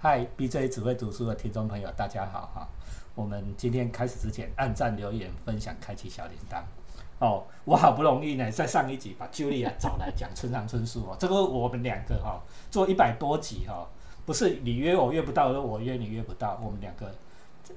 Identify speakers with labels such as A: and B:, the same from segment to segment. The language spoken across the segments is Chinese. A: 嗨，BJ 只会读书的听众朋友，大家好哈！我们今天开始之前，按赞、留言、分享、开启小铃铛。哦，我好不容易呢，在上一集把 Julia 找来讲村上春树哦，这个我们两个哈、做一百多集哈、不是你约我约不到，我约你约不到，我们两个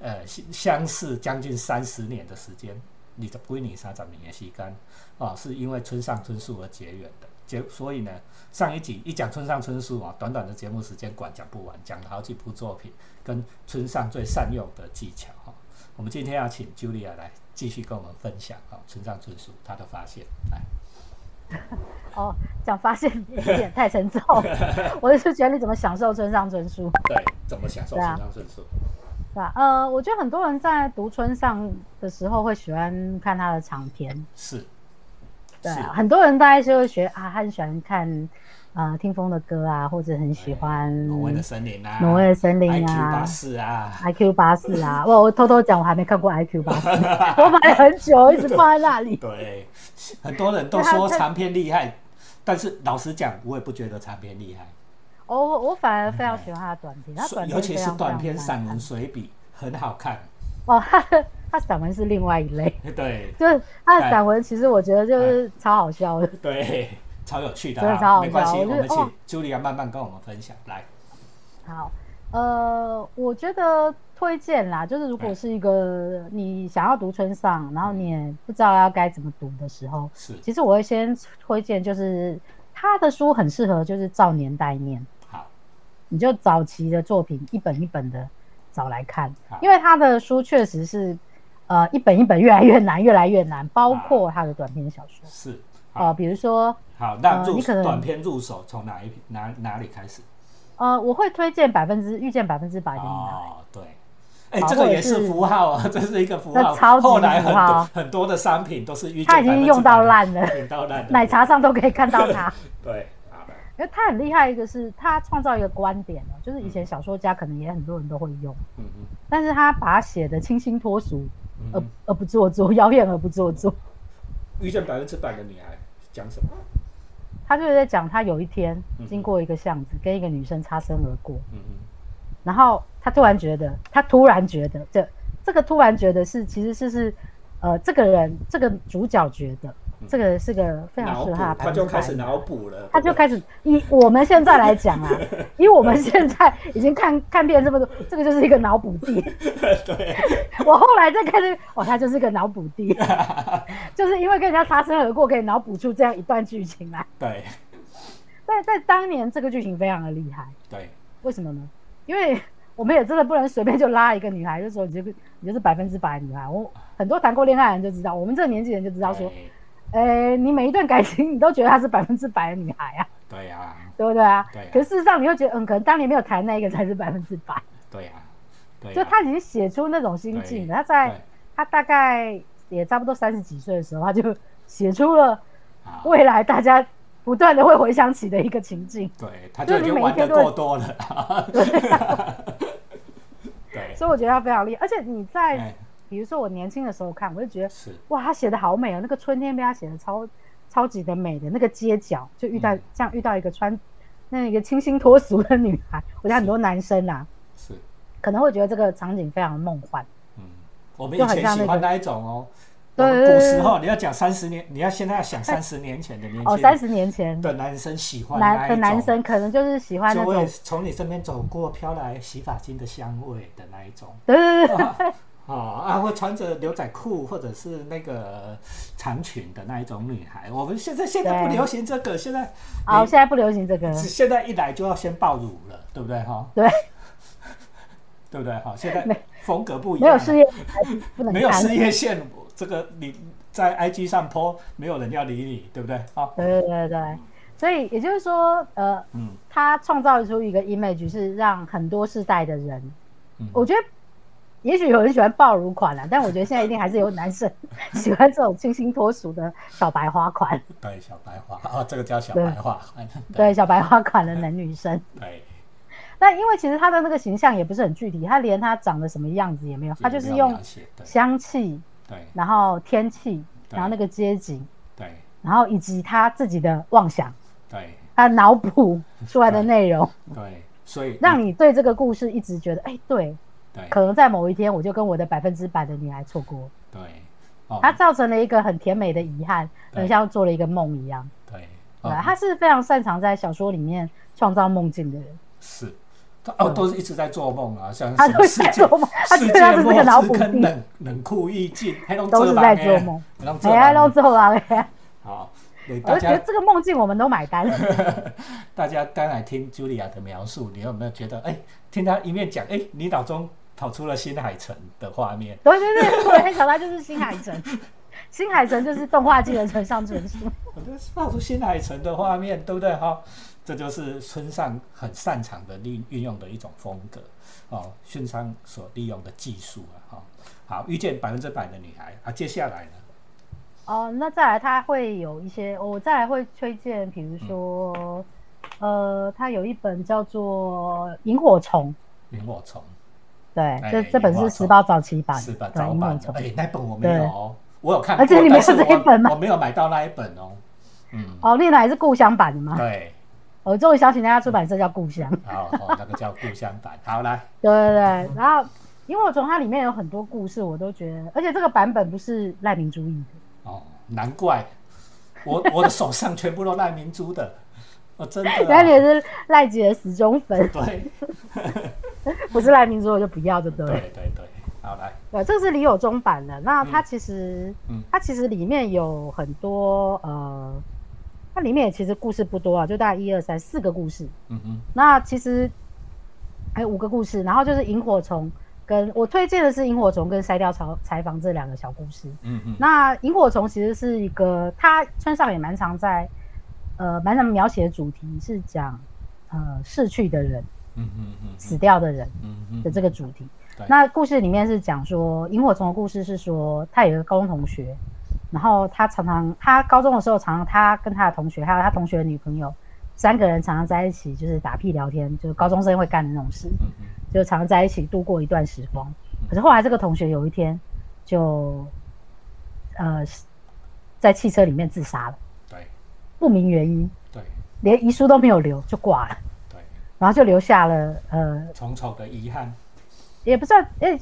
A: 呃相相识将近三十年的时间，你的闺女三十年的时间哦，是因为村上春树而结缘的。结所以呢，上一集一讲村上春树啊，短短的节目时间管讲不完，讲了好几部作品跟村上最善用的技巧哈、我们今天要请 Julia 来继续跟我们分享啊、哦，村上春树他的发现。来，
B: 哦，讲发现有点太沉重， 我是觉得你怎么享受村上春树，
A: 对，怎么享受
B: 对啊
A: 村上春树？
B: 是吧？呃，我觉得很多人在读村上的时候会喜欢看他的长篇，
A: 是，
B: 对啊、
A: 是
B: 很多人大概就会学啊，他很喜欢看啊、呃听风的歌啊，或者很喜欢
A: 挪威的森林啊，
B: 挪威的森林
A: IQ
B: 啊
A: 巴。士啊，
B: IQ 八四啊，我我偷偷讲，我还没看过 IQ 八四，我买了很久，一直放在那里。
A: 对，很多人都说长篇厉害，但是老实讲，我也不觉得长篇厉害，
B: 我我我反而非常喜欢他的短篇，他短篇
A: 尤其
B: 非
A: 是
B: 常
A: 短篇
B: 非常
A: 散
B: 好看
A: 文随笔很好看，
B: 哦，他的他散文是另外一类，
A: 对
B: 就是他
A: 哎
B: 的散文，其实我觉得就是超好笑的。
A: 对，超有趣的、
B: 真的超
A: 啊，
B: 好
A: 没关系，
B: 笑
A: 我
B: 我觉
A: 们
B: 得哦哇
A: 请茱莉亚慢慢跟我们分享，来，
B: 好，呃，我觉得推荐啦，就是如
A: 哎
B: 果是一个你想要读村上，
A: 嗯
B: 然后你也不知道要该怎么读的时候，
A: 是
B: 其实我会先推荐，就是他的书很适合就是照年代念，
A: 好，
B: 你就早期的作品一本一本的找来看
A: 好，
B: 因为他的书确实是。呃，一本一本越来越难，越来越难，包括他的短篇小说，
A: 是好、
B: 呃，比如说
A: 好，那
B: 呃
A: 入、
B: 你可能
A: 短篇入手从哪一哪哪里开始？
B: 呃，我会推荐百分之遇见百分之百给你拿。
A: 哦，对。哎、
B: 好
A: 这个
B: 或者
A: 也是
B: 是
A: 符号啊， 这是一个符
B: 这
A: 号。
B: 超级
A: 后来很
B: 符号啊
A: 多很多的商品都是遇见
B: 它已经用到烂了
A: 100%用到烂了。
B: 奶茶上都可以看到他，
A: 对，好的，
B: 因为他很厉害。一个是他创造一个观点哦，就是以前小说家可能也很多人都会用，
A: 嗯嗯
B: 但是他把它写的清新脱俗，
A: 嗯
B: 而
A: 哼，
B: 而不做作， 妖艳而不做作。
A: 遇见百分之百的女孩讲什么？
B: 他就是在讲他有一天
A: 嗯
B: 经过一个巷子，跟一个女生擦身而过，
A: 嗯嗯，
B: 然后他突然觉得，他突然觉得，这这个突然觉得是其实是是，呃，这个人这个主角觉得
A: 嗯
B: 这个是个非常
A: 脑
B: 适
A: 补，
B: 合他的百
A: 他
B: 分之
A: 就
B: 百
A: 开始脑补了，
B: 他就开始以我们现在来讲啊，以我们现在已经看 看遍这么多，这个就是一个脑补地。
A: 始对，
B: 我后来再看这，哦，他就是一个脑补地，就是因为跟人家擦身而过，可以脑补出这样一段剧情来。
A: 对
B: 但在当年，这个剧情非常的厉害，
A: 对，
B: 为什么呢？因为我们也真的不能随便就拉一个女孩，就说你就是你就是百分之百女孩。我很多谈过恋爱的人就知道，我们这个年纪人就知道说，
A: 对
B: 呃，你每一段感情你都觉得她是百分之百的女孩啊。
A: 对啊，
B: 对不对啊？
A: 对啊
B: 可是事实上，你会觉得，嗯，可能当年没有谈那一个才是百分之百，
A: 对啊，对啊，
B: 就他已经写出那种心境了。他在
A: 对
B: 他大概也差不多三十几岁的时候，他就写出了
A: 啊，
B: 未来大家不断的会回想起的一个情境。
A: 对，他就
B: 就
A: 是已经
B: 你每一
A: 玩的
B: 天都会
A: 够多了， 对，
B: 所以我觉得他非常厉害，而且你在、
A: 哎
B: 比如说我年轻的时候看，我就觉得
A: 是，
B: 哇，他写的好美哦，那个春天被他写的超超级的美的那个街角，就遇到、
A: 嗯
B: 这样遇到一个穿那一个清新脱俗的女孩，我觉得很多男生啊
A: 是，
B: 可能会觉得这个场景非常梦幻。
A: 嗯，我们以
B: 就很
A: 前
B: 像
A: 喜
B: 那
A: 欢
B: 个
A: 那一种哦。我
B: 对
A: 们
B: 对对
A: 古
B: 对
A: 时候，你要讲三十年，你要现在要想三十年前的年
B: 哦，
A: 轻
B: 三十年前
A: 的男生喜欢那
B: 男
A: 一
B: 的
A: 种
B: 男生可能就是喜欢那
A: 就会
B: 种，
A: 从你身边走过，飘来洗发精的香味的那一种。
B: 对对对对，
A: 哦啊，会穿着牛仔裤或者是那个长裙的那一种女孩，我们现在现在不
B: 对
A: 流行这个，现在
B: 好，
A: 你
B: 现在不流行这个，
A: 是现在一来就要先爆乳了，对不对哈？
B: 嗯对，
A: 对不对哈？现在风格不一
B: 没
A: 样
B: 有
A: 了，
B: 事业还是不能
A: 没有
B: 看，
A: 事
B: 对
A: 业线，这个你在 IG 上 po，没有人要理你，对不对啊？
B: 对对对，所以也就是说，呃，
A: 嗯
B: 他创造出一个 image 是让很多世代的人，
A: 嗯
B: 我觉得。也许有人喜欢爆乳款啦，但我觉得现在一定还是有男生 喜欢这种清新脱俗的小白花款，
A: 对，小白花哦，这个叫小白花，
B: 对小白花款的男女生。
A: 对，
B: 那因为其实他的那个形象也不是很具体，他连他长得什么样子也没有，他就是用
A: 描写对
B: 香气，
A: 对
B: 然后天气，
A: 对
B: 然后那个街景，
A: 对
B: 然后以及他自己的妄想，
A: 对嗯
B: 他脑补出来的内容，
A: 对，所以
B: 让你对这个故事一直觉得，哎、对，
A: 对
B: 可能在某一天我就跟我的百分之百的女孩错过，
A: 对哦，
B: 它造成了一个很甜美的遗憾，
A: 对
B: 很像做了一个梦一样。
A: 对
B: 对
A: 哦
B: 吧，他是非常擅长在小说里面创造梦境的人，
A: 是。他哦，都是一直在做梦啊，像
B: 他
A: 什
B: 都
A: 么
B: 是
A: 世
B: 在
A: 界
B: 做梦，他
A: 世
B: 觉
A: 界
B: 得他是这
A: 末
B: 个脑
A: 日
B: 补
A: 跟
B: 病，
A: 冷冷酷意境，还弄
B: 都是
A: 这
B: 在
A: 帮
B: 做
A: 的
B: 梦，
A: 还弄这
B: 哎
A: 帮
B: 呀，都
A: 的
B: 做完了呀，
A: 好，对
B: 我
A: 大
B: 就觉得
A: 家
B: 这个梦境我们都买单了。
A: 大家刚才听茱莉亚的描述，你有没有觉得，哎，听她一面讲，哎，你脑中跑出了新海诚的画面？
B: 对对对，我很想到就是新海诚，新海诚就是动画界的村上春树。
A: 我觉得画出新海诚的画面，对不对？哈、这就是村上很擅长的利运用的一种风格哦，村上所利用的技术啊，哈、好，遇见百分之百的女孩啊，接下来呢？
B: 哦，那再来他会有一些，我再来会推荐，比如说，呃，他有一本叫做《萤火虫
A: 萤火虫》，
B: 对，
A: 哎
B: 这这本
A: 萤火
B: 是
A: 虫
B: 时报早期版，
A: 是吧？
B: 对，
A: 早
B: 萤
A: 版
B: 火
A: 的，
B: 虫。
A: 哎、那本我没有哦，我有看过，
B: 而且你没有
A: 但是
B: 啊这一
A: 我
B: 本吗
A: 我没有买到那一本哦。嗯，
B: 哦，丽乃是故乡版的吗？
A: 对，
B: 我终于想起那家出版社叫故乡。
A: 好，哦、那个叫故乡版。好，来，
B: 对对对，然后萤火虫它里面有很多故事，我都觉得，而且这个版本不是赖明珠译的。
A: 哦，难怪我我的手上全部都赖明珠的，我、真的 啊、
B: 原来你也是赖姐的死忠粉，
A: 对
B: 不是赖明珠我就不要，就对了。
A: 对对对，好来，
B: 对，这个是李友忠版的。那它其实，
A: 嗯
B: 它其实里面有很多呃，它里面也其实故事不多啊，就大概一二三四个故事。
A: 嗯哼，
B: 那其实还有五个故事，然后就是萤火虫跟我推荐的是萤火虫跟筛掉采采访这两个小故事。
A: 嗯嗯，
B: 那萤火虫其实是一个，它村上也蛮常在呃蛮常描写的主题是讲呃逝去的人、
A: 嗯嗯嗯
B: 死掉的人。
A: 嗯嗯
B: 的这个主题
A: 对。
B: 那故事里面是讲说，萤火虫的故事是说，他有一个高中同学，然后他常常他高中的时候，常常他跟他的同学还有他同学的女朋友三个人常常在一起，就是打屁聊天，就是高中生会干的那种事，
A: 嗯
B: 就常常在一起度过一段时光。可是后来这个同学有一天就呃在汽车里面自杀了，
A: 对
B: 不明原因，
A: 对
B: 连遗书都没有留就挂了，
A: 对，
B: 然后就留下了呃
A: 重重的遗憾，
B: 也不算，诶，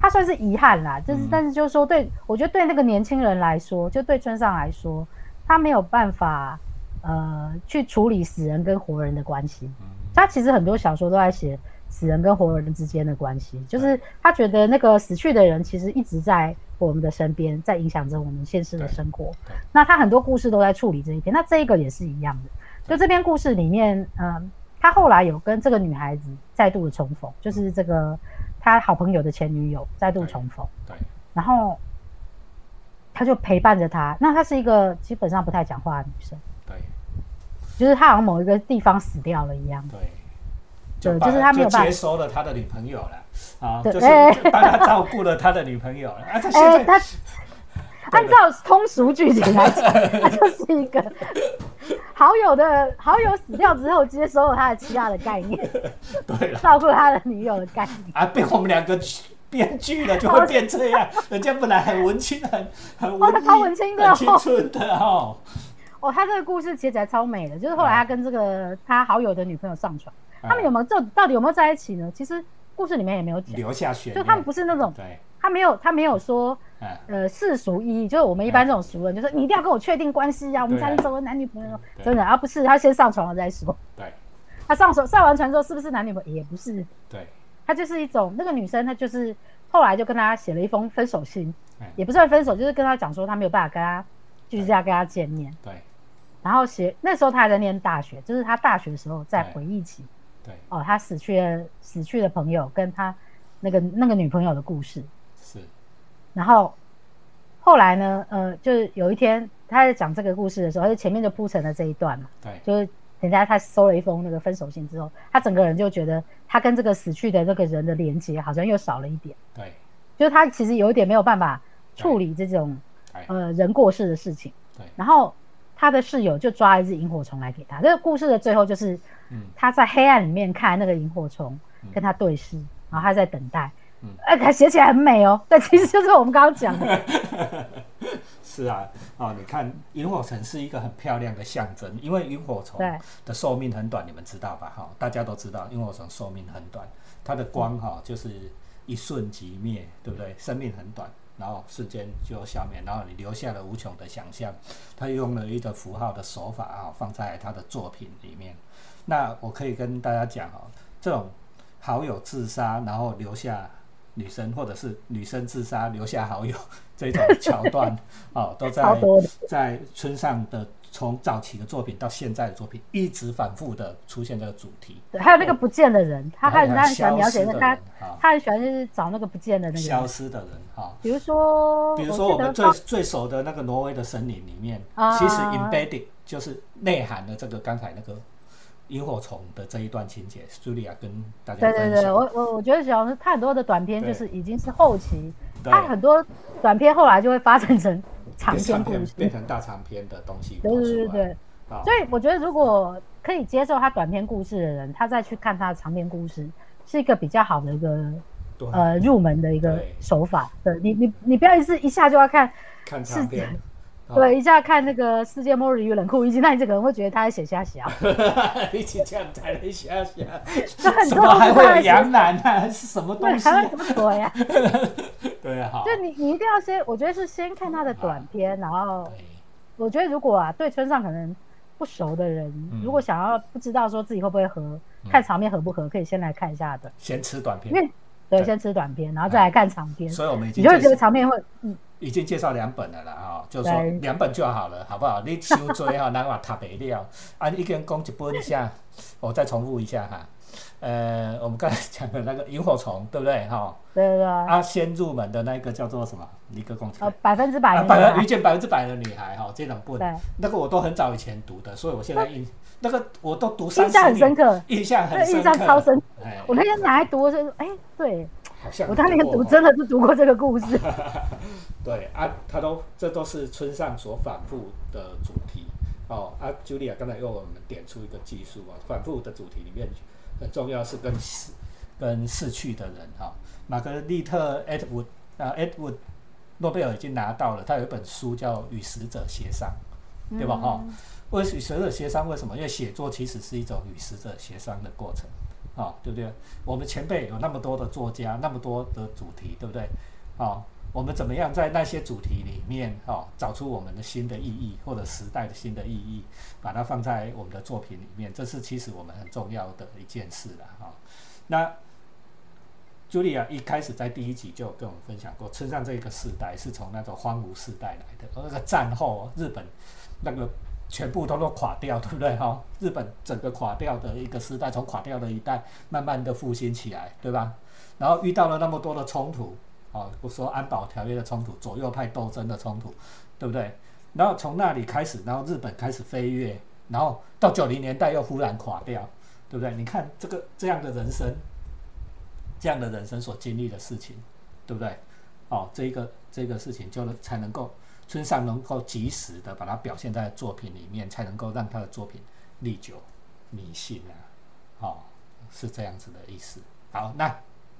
B: 他算是遗憾啦，就是、
A: 嗯
B: 但是就是说对，我觉得对那个年轻人来说，就对村上来说，他没有办法呃去处理死人跟活人的关系。
A: 嗯
B: 他其实很多小说都在写死人跟活人之间的关系，就是他觉得那个死去的人其实一直在我们的身边，在影响着我们现实的生活
A: 对对。
B: 那他很多故事都在处理这一篇，那这一个也是一样的。
A: 对
B: 就这篇故事里面，嗯，他后来有跟这个女孩子再度的重
A: 嗯
B: 逢，就是这个他好朋友的前女友再度重逢，
A: 对，
B: 然后他就陪伴着她。那她是一个基本上不太讲话的女生，
A: 对
B: 就是她好像某一个地方死掉了一样。
A: 对。
B: 对
A: 把
B: 就是他没有办法
A: 接收了他的女朋友了啊，
B: 对
A: 就是
B: 哎
A: 就帮他照顾了他的女朋友了啊，他 现
B: 哎、
A: 在
B: 他 按照通俗剧情来讲， 他就是一个好友的好友死掉之后，接收了他的其他的概念，
A: 对了
B: 照顾他的女友的概念。
A: 啊，被我们两个编剧了，就会变这样。人家本来很文青，很很文
B: 哦
A: 艺，
B: 超文青的哦
A: 很青春的哦。
B: 哦，他这个故事写起来超美的，就是后来他跟这
A: 嗯
B: 个他好友的女朋友上床， 他们有没有这到底有没有在一起呢？其实故事里面也没有讲，
A: 啊留下悬念？
B: 就他们不是那种
A: 对，
B: 他没有他没有说
A: 嗯，
B: 呃世俗意义，就是我们一般这种熟人，就是你一定要跟我确定关系呀、啊我们才能成为男女朋友。
A: 嗯对
B: 真的，而、啊、不是他先上床了再说。
A: 对
B: 他上手上完船之后是不是男女朋友？也不是，
A: 对，
B: 他就是一种那个女生，她就是后来就跟他写了一封分手信
A: 嗯，
B: 也不算分手，就是跟他讲说他没有办法跟他继续这样跟他见面。
A: 对
B: 然后写那时候他还在念大学，就是他大学的时候在回忆起
A: 对，
B: 哦，他死去的死去的朋友跟他那个那个女朋友的故事。
A: 是，
B: 然后后来呢，呃，就是有一天他在讲这个故事的时候，他就前面就铺成了这一段嘛。
A: 对
B: 就是人家他收了一封那个分手信之后，他整个人就觉得他跟这个死去的那个人的连接好像又少了一点，
A: 对
B: 就是他其实有一点没有办法处理这种
A: 对
B: 呃人过世的事情
A: 哎对。
B: 然后他的室友就抓一只萤火虫来给他。这个故事的最后就是
A: 嗯
B: 他在黑暗里面看那个萤火虫
A: 嗯
B: 跟他对视，然后他在等待
A: 嗯。
B: 哎、写起来很美哦，但其实就是我们刚刚讲的，
A: 是啊，啊、你看萤火虫是一个很漂亮的象征，因为萤火虫
B: 对
A: 的寿命很短，你们知道吧？哈、大家都知道萤火虫寿命很短，它的光哈、就是一瞬即灭，对不对？生命很短，然后瞬间就消灭，然后你留下了无穷的想象。他用了一个符号的手法啊，放在他的作品里面。那我可以跟大家讲哦，这种好友自杀，然后留下女生，或者是女生自杀留下好友 这种桥 段哦，都在
B: 超多的，
A: 在村上的从早期的作品到现在的作品，一直反复的出现这个主题。
B: 对还有那个不见的人，他
A: 还
B: 很
A: 有
B: 他很喜欢
A: 消
B: 描写
A: 失
B: 那
A: 的
B: 个他
A: 人，啊，
B: 他很喜欢就是找那个不见的那个
A: 消
B: 人，
A: 失的人哦哈。
B: 比如说，
A: 比如说我
B: 记得
A: 们最
B: 高
A: 最熟的那个挪威的森林里面，
B: 啊
A: 其实 embedded 就是内涵了这个刚才那个萤火虫的这一段情节。茱莉亚跟大家
B: 对
A: 分
B: 对
A: 享，
B: 对，我我我觉得小红他很多的短片就是已经是后期，
A: 对
B: 他很多短片后来就会发展成长
A: 变
B: 篇
A: 长
B: 故
A: 篇
B: 事，
A: 变成大长篇的东西
B: 对
A: 播
B: 对
A: 出
B: 对
A: 来
B: 对。
A: 啊
B: 所以我觉得，如果可以接受他短篇故事的人，他再去看他的长篇故事，是一个比较好的一个
A: 对，
B: 呃入门的一个
A: 对
B: 手法。对你，你你不要一次一下就要看，
A: 看长篇，啊
B: 对，一下看那个《世界末日与冷酷危机》，那你这个人会觉得他在写瞎写啊。
A: 一起这样才能下下，
B: 很
A: 什
B: 多
A: 么还
B: 都
A: 会
B: 是
A: 有
B: 在
A: 杨澜啊？ 是什么
B: 对，
A: 东西啊
B: 还？会什么鬼呀、
A: 对啊，好，
B: 就你，你一定要先，我觉得是先看他的短片，然后
A: 对
B: 我觉得如果啊，对村上可能不熟的人，
A: 嗯
B: 如果想要不知道说自己会不会合，看长片合不合，可以先来看一下的，
A: 先吃短
B: 因
A: 篇，
B: 为对，
A: 对哎
B: 先吃短片，然后再来看长片。
A: 所以我们已
B: 你
A: 经
B: 就会
A: 介
B: 觉得
A: 绍
B: 场面会，嗯，
A: 已经介绍两本了啦，哈、就是说
B: 对
A: 两本就好了，好不好？你修追 哈，难话读不了。啊，你一个人讲一本一下，我再重复一下哈。呃，我们刚才讲的那个萤火虫，对不对哈？
B: 对对对，
A: 啊，先入门的那个叫做什么？你个公
B: 呃，百分之百
A: 啊，
B: 那
A: 百
B: 个
A: 分
B: 啊
A: 遇，见百分之百的女孩哈，这两本
B: 对，
A: 那个我都很早以前读的，所以我现在印那个我都读三
B: 印
A: 十
B: 象
A: 年，
B: 很深刻。
A: 印象很
B: 对
A: 深刻，
B: 印象超深
A: 哎，
B: 我那天拿来读，我就哎，对
A: 好像
B: 我当年
A: 有过
B: 读
A: 哈
B: 真的是读过这个故事，
A: 对啊，他都这都是村上所反复的主题哦。啊，Julia 刚才又我们点出一个技术啊，反复的主题里面很重要是跟逝跟逝去的人哈、玛格丽特 Edward 啊 Edward 诺贝尔已经拿到了，他有一本书叫《与死者协商》， 对吧？哈、
B: 嗯
A: 为与死者协商为什么？因为写作其实是一种与死者协商的过程，啊、对不对？我们前辈有那么多的作家，那么多的主题，对不对？啊、我们怎么样在那些主题里面，哦，找出我们的新的意义，或者时代的新的意义，把它放在我们的作品里面，这是其实我们很重要的一件事了，哈、那茱莉亚一开始在第一集就跟我们分享过，村上这个世代是从那种荒芜世代来的，而那个战后日本那个全部都都垮掉，对不对哈、日本整个垮掉的一个时代，从垮掉的一代慢慢的复兴起来，对吧？然后遇到了那么多的冲突，哦，不说安保条约的冲突，左右派斗争的冲突，对不对？然后从那里开始，然后日本开始飞跃，然后到九零年代又忽然垮掉，对不对？你看这个这样的人生，这样的人生所经历的事情，对不对？哦，这一个这个事情就能才能够村上能够及时的把它表现在作品里面，才能够让他的作品历久弥新啊。哦，是这样子的意思。好，那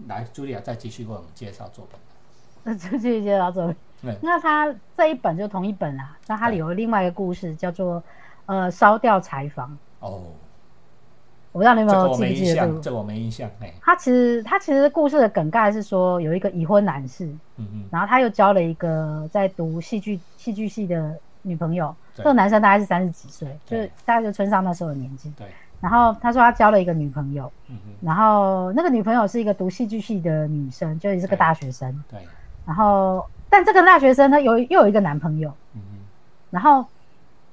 A: 来茱莉亚再继续为我们介绍作品。
B: 就继续介绍这
A: 对
B: 里。那他这一本就同一本啦，那它里有另外一个故事叫做呃烧掉柴房，
A: 哦，
B: 我不知道你有
A: 这
B: 没
A: 个
B: 有
A: 我
B: 记不
A: 没印
B: 记得
A: 象，
B: 住。
A: 这个我没印象。哎，
B: 他其实他其实故事的梗概是说有一个已婚男士，
A: 嗯嗯，
B: 然后他又交了一个在读戏剧戏剧系的女朋友，
A: 对
B: 这个男生大概是三十几岁，就
A: 对
B: 是大概就村上那时候的年纪。
A: 对，
B: 然后他说他交了一个女朋友，
A: 嗯嗯，
B: 然后那个女朋友是一个读戏剧系的女生，就也是个
A: 对
B: 大学生。
A: 对，
B: 然后但这个大学生呢有又有一个男朋友，
A: 嗯嗯，
B: 然后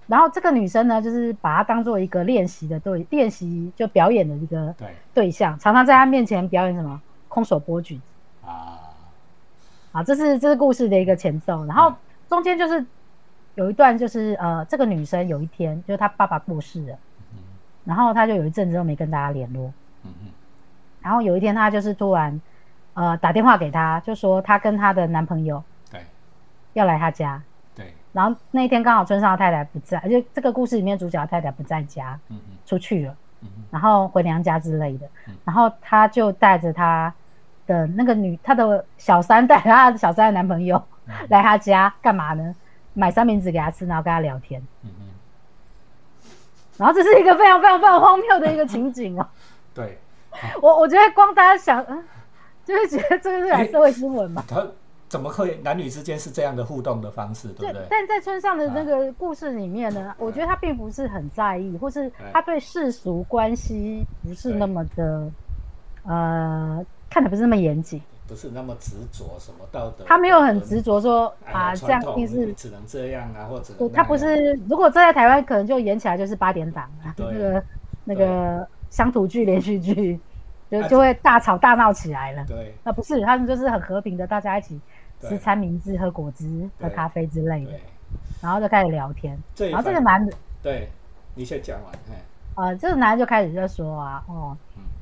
B: 然后这个女生呢就是把他当做一个练习的对练习就表演的一个
A: 对
B: 对象，常常在他面前表演什么空手剥举
A: 啊，
B: 啊，这是这是故事的一个前奏，然后中间就是有一段就是呃，这个女生有一天就是她爸爸过世了，然后她就有一阵子都没跟大家联络，
A: 嗯嗯，
B: 然后有一天她就是突然呃打电话给她，就说她跟她的男朋友
A: 对
B: 要来她家，
A: 对，
B: 然后那一天刚好村上的太太不在，就这个故事里面主角的太太不在家，
A: 嗯嗯
B: 出去了，
A: 嗯嗯，
B: 然后回娘家之类的
A: 嗯，
B: 然后她就带着她的那个女，她的小三带着她的小三的男朋友
A: 嗯
B: 来她家干嘛呢？买三明治给他吃，然后跟他聊天。
A: 嗯嗯，
B: 然后这是一个非常非常非常荒谬的一个情 景哦。
A: 对，
B: 我我觉得光大家想，嗯就会觉得这个是来社会新闻嘛。
A: 他怎么会男女之间是这样的互动的方式，对不嗯对？
B: 但在村上的那个故事里面呢，我觉得他并不是很在意，或是他对世俗关系不是那么的，呃，看的不是那么严谨。
A: 不是那么执着什么道德，
B: 他没有很执
A: 着
B: 着说啊，
A: 啊，
B: 这
A: 传
B: 样一
A: 统
B: 定是
A: 你只能这样啊，或者
B: 对，
A: 那
B: 他不
A: 样
B: 是，如果站在台湾，可能就演起来就是八点档啊，
A: 对
B: 那个那
A: 对
B: 个乡土剧、连续剧，就
A: 啊
B: 就会大吵大闹起来了。
A: 对
B: 那不是，他们就是很和平的，大家一起
A: 对
B: 吃三明治、喝果汁、喝
A: 对
B: 咖啡之类的
A: 对，
B: 然后就开始聊天。
A: 这一
B: 嗯然后这个
A: 反
B: 男的，
A: 对，你先讲完，哎，
B: 呃，这个男的就开始就说啊，哦，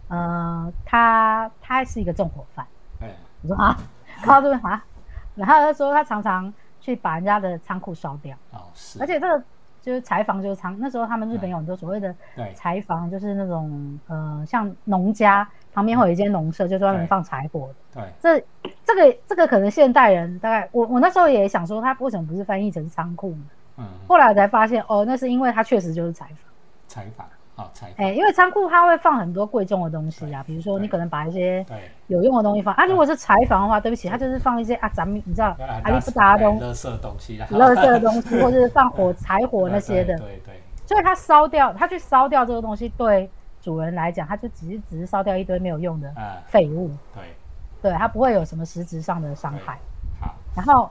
A: 嗯
B: 呃，他他是一个纵火犯。
A: 哎，
B: 我说啊，然后这边啊，然后他说他常常去把人家的仓库烧掉，
A: 哦是，
B: 而且这个就是柴房，就是仓，那时候他们日本有很多所谓的。
A: 对
B: 柴房就是那种呃，像农家旁边会有一间农舍，就专门
A: 对
B: 放柴火的。
A: 对
B: 这这个这个可能现代人大概我我那时候也想说，他为什么不是翻译成仓库呢？
A: 嗯，
B: 后来我才发现，哦，那是因为它确实就是柴房。
A: 采访啊采访，
B: 哎，因为仓库它会放很多贵重的东西啊，比如说
A: 对
B: 你可能把一些
A: 对，
B: 有用的东西放啊。
A: 对
B: 如果是柴房的话，对不起，它就是放一些啊，咱们你知道
A: 啊
B: 阿里不达的东西、
A: 垃圾东西啦，
B: 垃圾的东西，或者是放火柴火那些的。
A: 对对对
B: 所以他烧掉，他去烧掉这个东西，对主人来讲，他就只是只是烧掉一堆没有用的
A: 对，啊
B: 废物，
A: 对，
B: 对他不会有什么实质上的伤害。
A: 好，
B: 然后，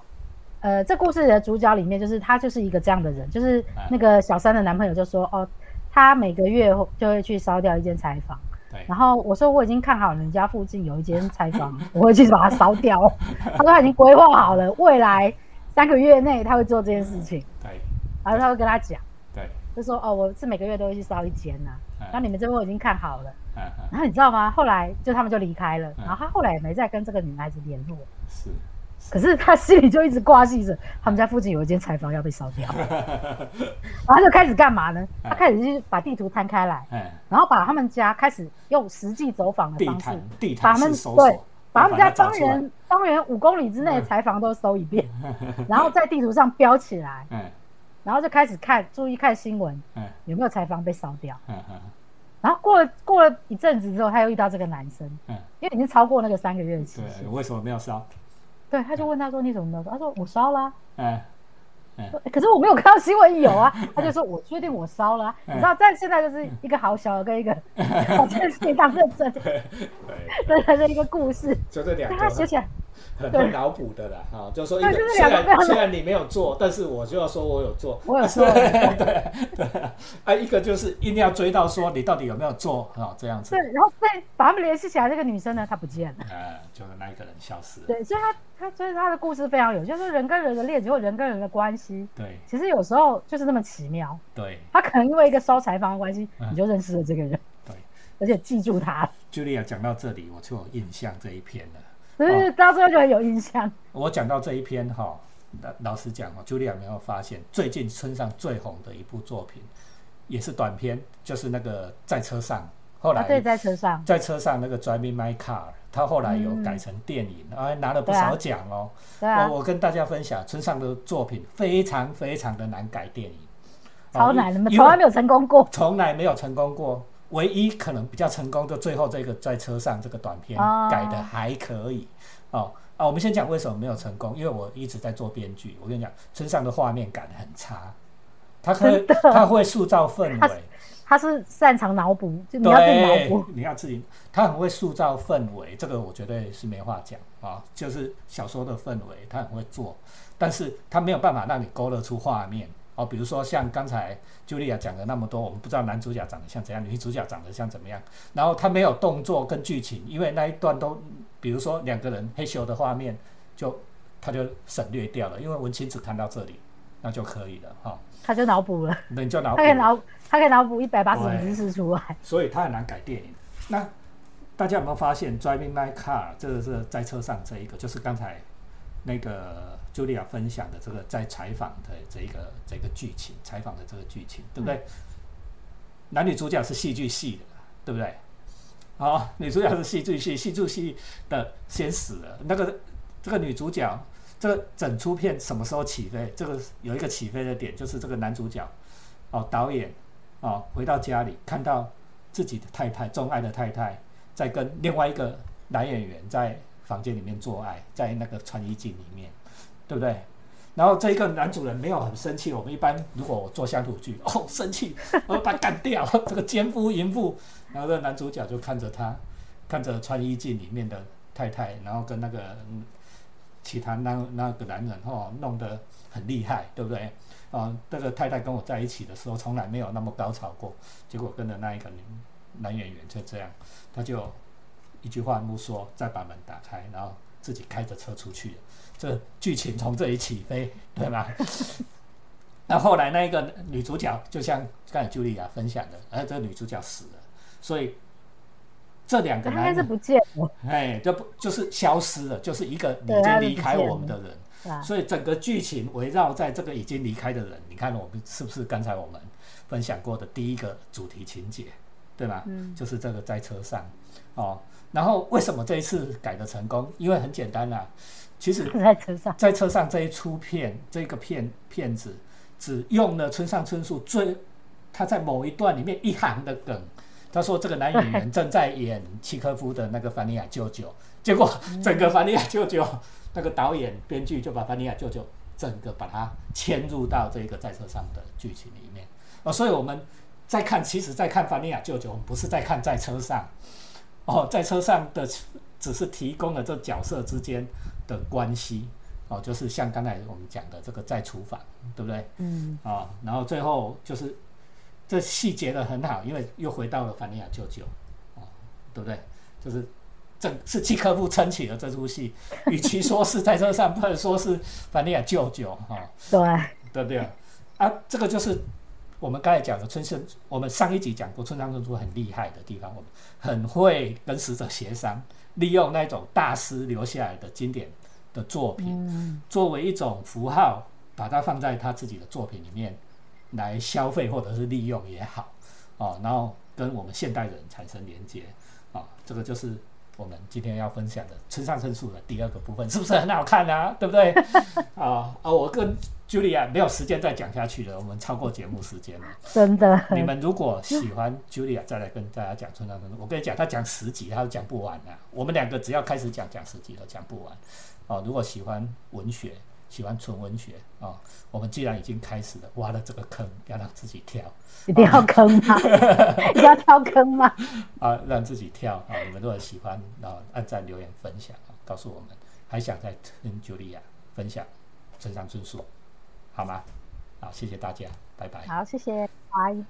B: 呃，这故事的主角里面，就是他就是一个这样的人，就是
A: 哎
B: 那个小三的男朋友就说，哦，他每个月就会去烧掉一间柴房。
A: 对
B: 然后我说我已经看好了你家附近有一间柴房，我会去把它烧掉。他说他已经规划好了，未来三个月内他会做这件事情，
A: 对
B: 然后他会跟他讲。
A: 对，
B: 就说哦，我是每个月都会去烧一间呐、
A: 嗯
B: 然后你们这边我已经看好了，
A: 嗯嗯
B: 然后你知道吗？后来就他们就离开了，
A: 嗯
B: 然后他后来也没再跟这个女孩子联络，
A: 是。
B: 可是他心里就一直挂记着，他们家附近有一间柴房要被烧掉，然后他就开始干嘛呢？
A: 哎
B: 他开始就是把地图摊开来，
A: 嗯，
B: 然后把他们家开始用实际走访的
A: 地
B: 方式
A: 毯，地
B: 把
A: 毯
B: 他们
A: 式搜索
B: 对，把他们家
A: 它找
B: 方
A: 出 来，嗯
B: 圆方圆五公里之内的柴房都搜一遍，然后在地图上标起来，
A: 嗯
B: 然后就开始看注意看新闻
A: 嗯
B: 有没有柴房被烧掉。
A: 嗯嗯
B: 然后过了过了一阵子之后，他又遇到这个男生，
A: 嗯，
B: 因为已经超过那个三个月的期
A: 对，嗯
B: 限，
A: 为什么没有烧？
B: 对，他就问他说：“你怎么没有烧？”他说：“我烧啦、
A: 嗯，
B: 说欸可是我没有看到新闻有啊。”他就说：“我确定我烧了啊、
A: 嗯
B: 你知道，在现在就是一个好小的 跟一个把这件事情当认真，
A: 对，
B: 真的是一个故事。
A: 就这两
B: 但
A: 个
B: 他写起来，
A: 很
B: 对
A: 会脑补的啦，哈，就说一
B: 对
A: 个
B: 就是
A: 虽
B: 两个非
A: 然
B: 常
A: 虽然你没有做，但是我就要说我有做，
B: 我有做
A: 对对啊，一个就是硬要追到说你到底有没有做，哈，这样子
B: 对，，然后被把他们联系起来，这个女生呢，她不见了。
A: 呃，就是那一个人消失了，
B: 对，所以她她所以她的故事非常有趣，就是人跟人的恋情或人跟人的关系，
A: 对
B: 其实有时候就是那么奇妙。
A: 对
B: 他可能因为一个烧柴房的关系，
A: 嗯
B: 你就认识了这个人，
A: 对哦
B: 而且记住他，
A: ，Julia 讲到这里，我就有印象这一篇了。
B: 所以到最后就很有印象。
A: 我讲到这一篇哈，老老实讲哦，Julia 有没有发现最近村上最红的一部作品，也是短片，就是那个在车上，后来、
B: 啊，对，在车上，
A: 在车上那个 Driving My Car，他后来有改成电影，啊，拿了不少奖哦。
B: 嗯对啊
A: 我，我跟大家分享，村上的作品非常非常的难改电影，哦
B: 超难的，
A: 因
B: 从来
A: 为
B: 没有成功过
A: 从来没有成功过。唯一可能比较成功，就最后这个在车上这个短片
B: 哦
A: 改的还可以哦啊！我们先讲为什么没有成功，因为我一直在做编剧。我跟你讲，村上的画面感很差，他可以他会塑造氛
B: 他
A: 围，
B: 他是擅长脑补，就你要自己脑
A: 对，
B: 补。
A: 你要自己，他很会塑造氛围，这个我绝对是没话讲啊，就是小说的氛围，他很会做，但是他没有办法让你勾勒出画面哦。比如说像刚才茱莉亚讲的那么多，我们不知道男主角长得像怎样，女主角长得像怎么样，然后他没有动作跟剧情，因为那一段都，比如说两个人嘿咻的画面，就他就省略掉了，因为文青只看到这里，那就可以了哈。
B: 他就脑补了，
A: 那你就脑
B: 他
A: 补
B: 可以脑，他可以脑补一百八十种
A: 对
B: 姿势出来。
A: 所以它很难改电影。那大家有没有发现《Driving My Car》这个是在车上这一个，就是刚才那个 Julia 分享的这个在采访的这一个这个剧情，采访的这个剧情，对不对？男女主角是戏剧系的，对不对？哦好、女主角是戏剧系，戏剧系的先死了。那个这个女主角这个整出片什么时候起飞？这个有一个起飞的点，就是这个男主角哦，导演哦，回到家里看到自己的太太，钟爱的太太，在跟另外一个男演员在房间里面做爱，在那个穿衣镜里面，对不对？然后这一个男主人没有很生气，我们一般如果我做乡土剧， 哦，生气，我要把他干掉， 这个奸夫淫妇。然后这个男主角就看着他，看着穿衣镜里面的太太，然后跟那个嗯其他那那个男人哦，弄得很厉害，对不对？啊、这个太太跟我在一起的时候，从来没有那么高潮过，结果跟着那一个女男演员就这样，他就一句话不说，再把门打开，然后自己开着车出去了。这剧情从这里起飞，对吧？ 那后来那一个女主角，就像刚才茱莉亚分享的，哎，这个女主角死了，所以这两个
B: 他应
A: 男
B: 该
A: 人
B: 是不见了，
A: 哎，就不就是消失了，就是一个已
B: 对
A: 经
B: 他就
A: 离
B: 不
A: 开
B: 见
A: 我们
B: 了啊
A: 的人，
B: 是吧？
A: 所以整个剧情围绕在这个已经离开的人。你看，我们是不是刚才我们分享过的第一个主题情节，对吧？
B: 嗯
A: 就是这个在车上哦。然后为什么这一次改的成功？因为很简单啦、其实
B: 在车 上，
A: 在车上这一出片，这个片片子只用了村上春树最他在某一段里面一行的梗，他说这个男演员正在演契科夫的那个凡尼亚舅舅，结果整个凡尼亚舅舅那个导演编剧就把凡尼亚舅舅整个把它嵌入到这个在车上的剧情里面哦，所以我们在看，其实在看凡尼亚舅舅，我们不是在看在车上哦，在车上的只是提供了这角色之间的关系哦，就是像刚才我们讲的这个在厨房，对不对？
B: 嗯，
A: 啊、然后最后就是这细节的很好，因为又回到了凡尼亚舅舅，哦，对不对？就是这是契科夫撑起了这出戏，与其说是在车上，不能说是凡尼亚舅舅哈、
B: 对，
A: 对不对？啊，这个就是我们刚才讲的村上，我们上一集讲过村上春树很厉害的地方，我们很会跟死者协商，利用那种大师留下来的经典的作品，
B: 嗯，
A: 作为一种符号，把它放在他自己的作品里面来消费或者是利用也好，哦，然后跟我们现代人产生连接，啊、这个就是我们今天要分享的村上春树的第二个部分，是不是很好看啊？对不对？啊啊，我跟 Julia 没有时间再讲下去了，我们超过节目时间了。
B: 真的，
A: 你们如果喜欢 Julia，再来跟大家讲村上春树。我跟你讲，他讲十集，他都讲不完啊。我们两个只要开始讲，讲十集都讲不完。哦，如果喜欢文学，喜欢纯文学啊、哦，我们既然已经开始了，挖了这个坑，要让自己跳
B: 一定要坑 吗？一定要跳坑吗？
A: 啊，让自己跳啊。你们如果喜欢，然后按赞、留言、分享啊，告诉我们还想再跟 Julia 分享村上春树，好吗？好，谢谢大家，拜拜。
B: 好，谢谢，拜。